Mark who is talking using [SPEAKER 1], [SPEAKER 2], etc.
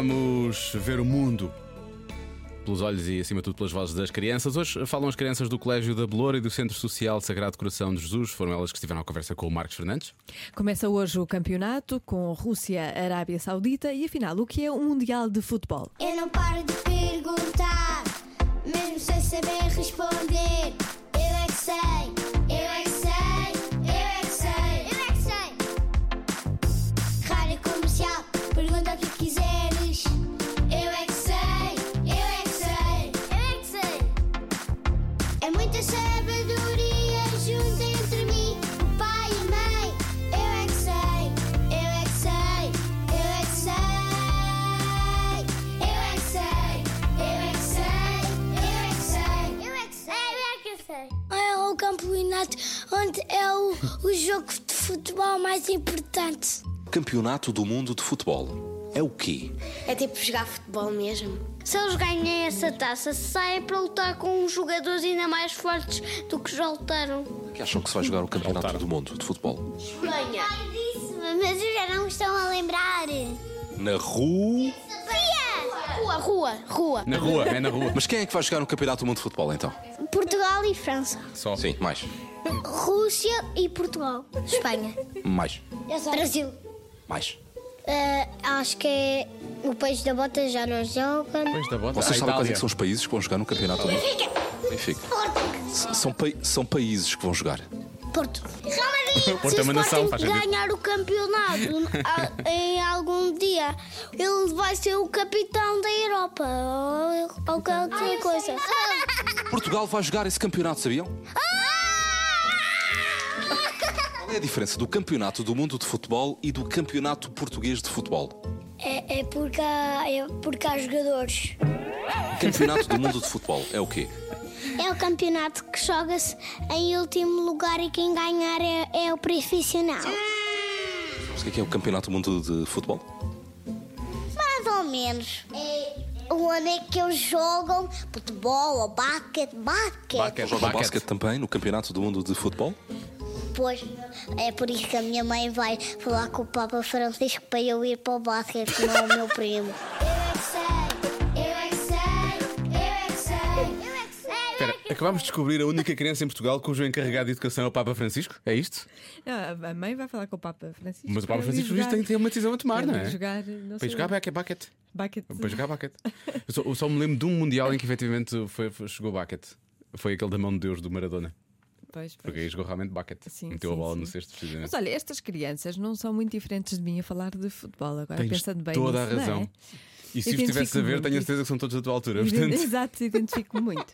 [SPEAKER 1] Vamos ver o mundo pelos olhos e, acima de tudo, pelas vozes das crianças. Hoje falam as crianças do Colégio da Beloura e do Centro Social Sagrado Coração de Jesus. Foram elas que estiveram à conversa com o Marcos Fernandes.
[SPEAKER 2] Começa hoje o campeonato com Rússia, Arábia Saudita e afinal, o que é um Mundial de Futebol?
[SPEAKER 3] Eu não paro de perguntar, mesmo sem saber responder. Eu é que sei, eu é que sei, eu é que sei, eu é que sei. Rádio comercial, pergunta o que quiseres. Eu é que sei, eu é que sei, eu é que sei. É muita sabedoria junto entre mim, o pai e mãe. Eu é que sei, eu é que sei, eu é que sei. Eu é que sei, eu é que sei, eu é que sei, eu é que sei. É o campeonato onde é o, o jogo de futebol mais importante.
[SPEAKER 4] Campeonato do Mundo de Futebol. É o quê?
[SPEAKER 3] É tipo jogar futebol mesmo. Se eles ganham essa taça, saem para lutar com os jogadores ainda mais fortes do que já lutaram.
[SPEAKER 4] O que acham que se vai jogar o Campeonato do Mundo de Futebol?
[SPEAKER 3] Espanha. Mas eu já não estão a lembrar.
[SPEAKER 4] Na rua.
[SPEAKER 3] Rua, rua, rua.
[SPEAKER 1] Na rua, é na rua.
[SPEAKER 4] Mas quem é que vai jogar o Campeonato do Mundo de Futebol então?
[SPEAKER 3] Portugal e França.
[SPEAKER 1] Só.
[SPEAKER 4] Sim, mais.
[SPEAKER 3] Rússia e Portugal. Espanha.
[SPEAKER 4] Mais.
[SPEAKER 3] Brasil. Eh,
[SPEAKER 4] Mais.
[SPEAKER 3] acho que é o país da bota já não joga.
[SPEAKER 1] Depois da bota.
[SPEAKER 4] Vocês
[SPEAKER 1] Ah,
[SPEAKER 4] sabem quais é
[SPEAKER 1] Itália.
[SPEAKER 4] que são os países que vão jogar no Campeonato do Mundo? Benfica. S- São, pai- são países que vão jogar.
[SPEAKER 3] Porto. Real
[SPEAKER 1] Porto
[SPEAKER 3] Madrid. Se
[SPEAKER 1] é uma
[SPEAKER 3] o
[SPEAKER 1] nação, faz
[SPEAKER 3] Sporting
[SPEAKER 1] sentido.
[SPEAKER 3] ganhar o campeonato a- em algum dia, ele vai ser o capitão da Europa ou, ou qualquer coisa.
[SPEAKER 4] Portugal vai jogar esse campeonato, sabiam? Qual é a diferença do Campeonato do Mundo de Futebol e do Campeonato Português de Futebol?
[SPEAKER 3] É, é, porque há, é porque há jogadores.
[SPEAKER 4] Campeonato do Mundo de Futebol é o quê?
[SPEAKER 3] É o campeonato que joga-se em último lugar e quem ganhar é, é o profissional.
[SPEAKER 4] Sabes o que é que é o Campeonato do Mundo de Futebol?
[SPEAKER 3] Mais ou menos. É o ano é que eles jogam futebol ou basquete, basquete.
[SPEAKER 1] Basquete.
[SPEAKER 4] Joga
[SPEAKER 1] Basquete.
[SPEAKER 4] basquete também no Campeonato do Mundo de Futebol?
[SPEAKER 3] Pois, é por isso que a minha mãe vai falar com o Papa Francisco para eu ir para o basquete, não o meu primo. Eu é que é sei, eu é que sei, eu é que sei, eu
[SPEAKER 1] Espera, acabámos de descobrir a única criança em Portugal cujo encarregado de educação é o Papa Francisco? É isto?
[SPEAKER 2] Ah, a mãe vai falar com o Papa Francisco.
[SPEAKER 1] Mas o Papa
[SPEAKER 2] para
[SPEAKER 1] Francisco
[SPEAKER 2] ir
[SPEAKER 1] diz que
[SPEAKER 2] jogar-
[SPEAKER 1] tem, tem uma decisão a tomar,
[SPEAKER 2] para
[SPEAKER 1] não
[SPEAKER 2] ir
[SPEAKER 1] é?
[SPEAKER 2] Jogar, não
[SPEAKER 1] Para
[SPEAKER 2] sei,
[SPEAKER 1] jogar é. bucket, bucket.
[SPEAKER 2] bucket.
[SPEAKER 1] Para jogar bucket. Eu só, eu só me lembro de um Mundial em que efetivamente foi, foi- chegou bucket. Foi aquele da mão de Deus do Maradona.
[SPEAKER 2] Pois, pois.
[SPEAKER 1] Porque aí jogou realmente bucket.
[SPEAKER 2] Sim,
[SPEAKER 1] Meteu
[SPEAKER 2] sim,
[SPEAKER 1] a bola
[SPEAKER 2] sim.
[SPEAKER 1] no cesto,
[SPEAKER 2] Mas
[SPEAKER 1] precisamente.
[SPEAKER 2] olha, estas crianças não são muito diferentes de mim a falar de futebol agora,
[SPEAKER 1] Tens
[SPEAKER 2] pensando bem.
[SPEAKER 1] toda
[SPEAKER 2] nisso,
[SPEAKER 1] a
[SPEAKER 2] não é?
[SPEAKER 1] razão. E se os
[SPEAKER 2] Identifico-me
[SPEAKER 1] estivesse a ver,
[SPEAKER 2] muito.
[SPEAKER 1] tenho a certeza que são todos da tua altura.
[SPEAKER 2] Ident-
[SPEAKER 1] Portanto,
[SPEAKER 2] Exato, identifico-me muito.